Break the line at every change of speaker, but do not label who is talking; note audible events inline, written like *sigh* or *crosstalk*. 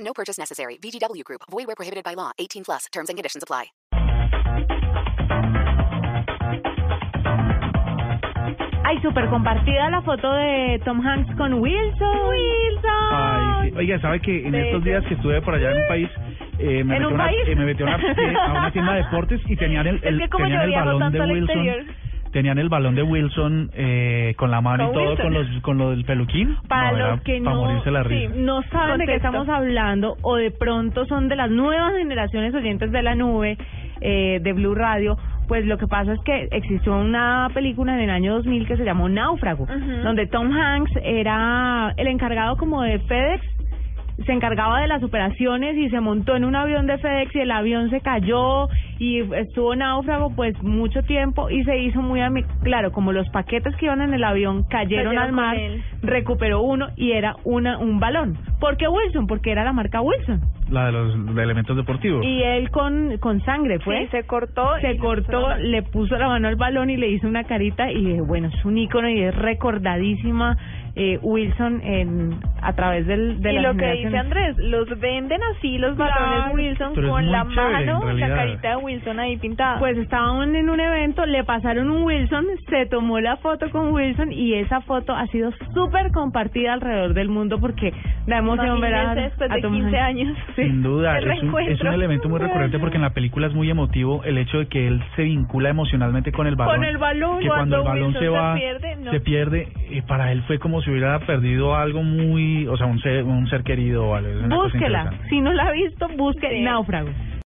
No purchase necessary. VGW Group. Void where prohibited by law. 18 plus. Terms and conditions apply.
Ay, súper compartida la foto de Tom Hanks con Wilson. Wilson.
Ay, sí. Oiga, ¿sabe que en
De
estos
hecho.
días que estuve por allá en un país, eh, me,
¿En
metí
un
a una-
país?
eh, me metí
*laughs*
a una, a una tienda de deportes y tenían el,
Es
el-
que como
tenían
yo
el
viajo
balón de
tanto al
Wilson.
exterior.
Tenían el balón de Wilson eh, con la mano
¿Con
y todo, con
Wilson?
los con lo del peluquín.
Para
No, era
los que
pa'
no,
morirse la risa.
sí, no saben de qué
Contexto.
estamos hablando o de pronto son de las nuevas generaciones oyentes de la nube eh, de Blue Radio, pues lo que pasa es que existió una película en el año 2000 que se llamó Náufrago, donde Tom Hanks era el encargado como de FedEx se encargaba de las operaciones y se montó en un avión de FedEx y el avión se cayó y estuvo náufrago pues mucho tiempo y se hizo muy amigo. Claro, como los paquetes que iban en el avión cayeron,
Cayeron
al
con
mar,
él.
recuperó uno y era una un balón. ¿Por qué Wilson? Porque era la marca Wilson.
La de los de elementos deportivos.
Y él con, con sangre fue.
Sí, se cortó. y
Se
le
cortó,
puso la mano.
le puso la mano al balón y le hizo una carita y eh, bueno, es un ícono y es recordadísima eh, Wilson en, a través del, de
y
las
lo que dice
generaciones.
Andrés, los venden así los balones
Claro.
Wilson
Pero es
con
muy
la
chévere, en
mano y la
realidad.
carita de Wilson ahí pintada.
Pues estaban en un evento, le pasaron un Wilson, se tomó la foto con Wilson y esa foto ha sido súper compartida alrededor del mundo porque da emoción ver a,
Imagínense después
a
de
Tom
15
Hanks.
años.
Sin duda, es
El
un, es
reencuentro.
un elemento muy recurrente porque en la película es muy emotivo el hecho de que él se vincula emocionalmente con el balón.
Con el balón,
Que cuando el
cuando
balón
Wilson
se
se
va,
pierde, no.
se pierde, eh, para él fue como si hubiera perdido algo muy, o sea, un ser, un ser querido. ¿vale? Es una cosa
Búsquela,
interesante.
si no la ha visto, busque
Sí.
Náufrago.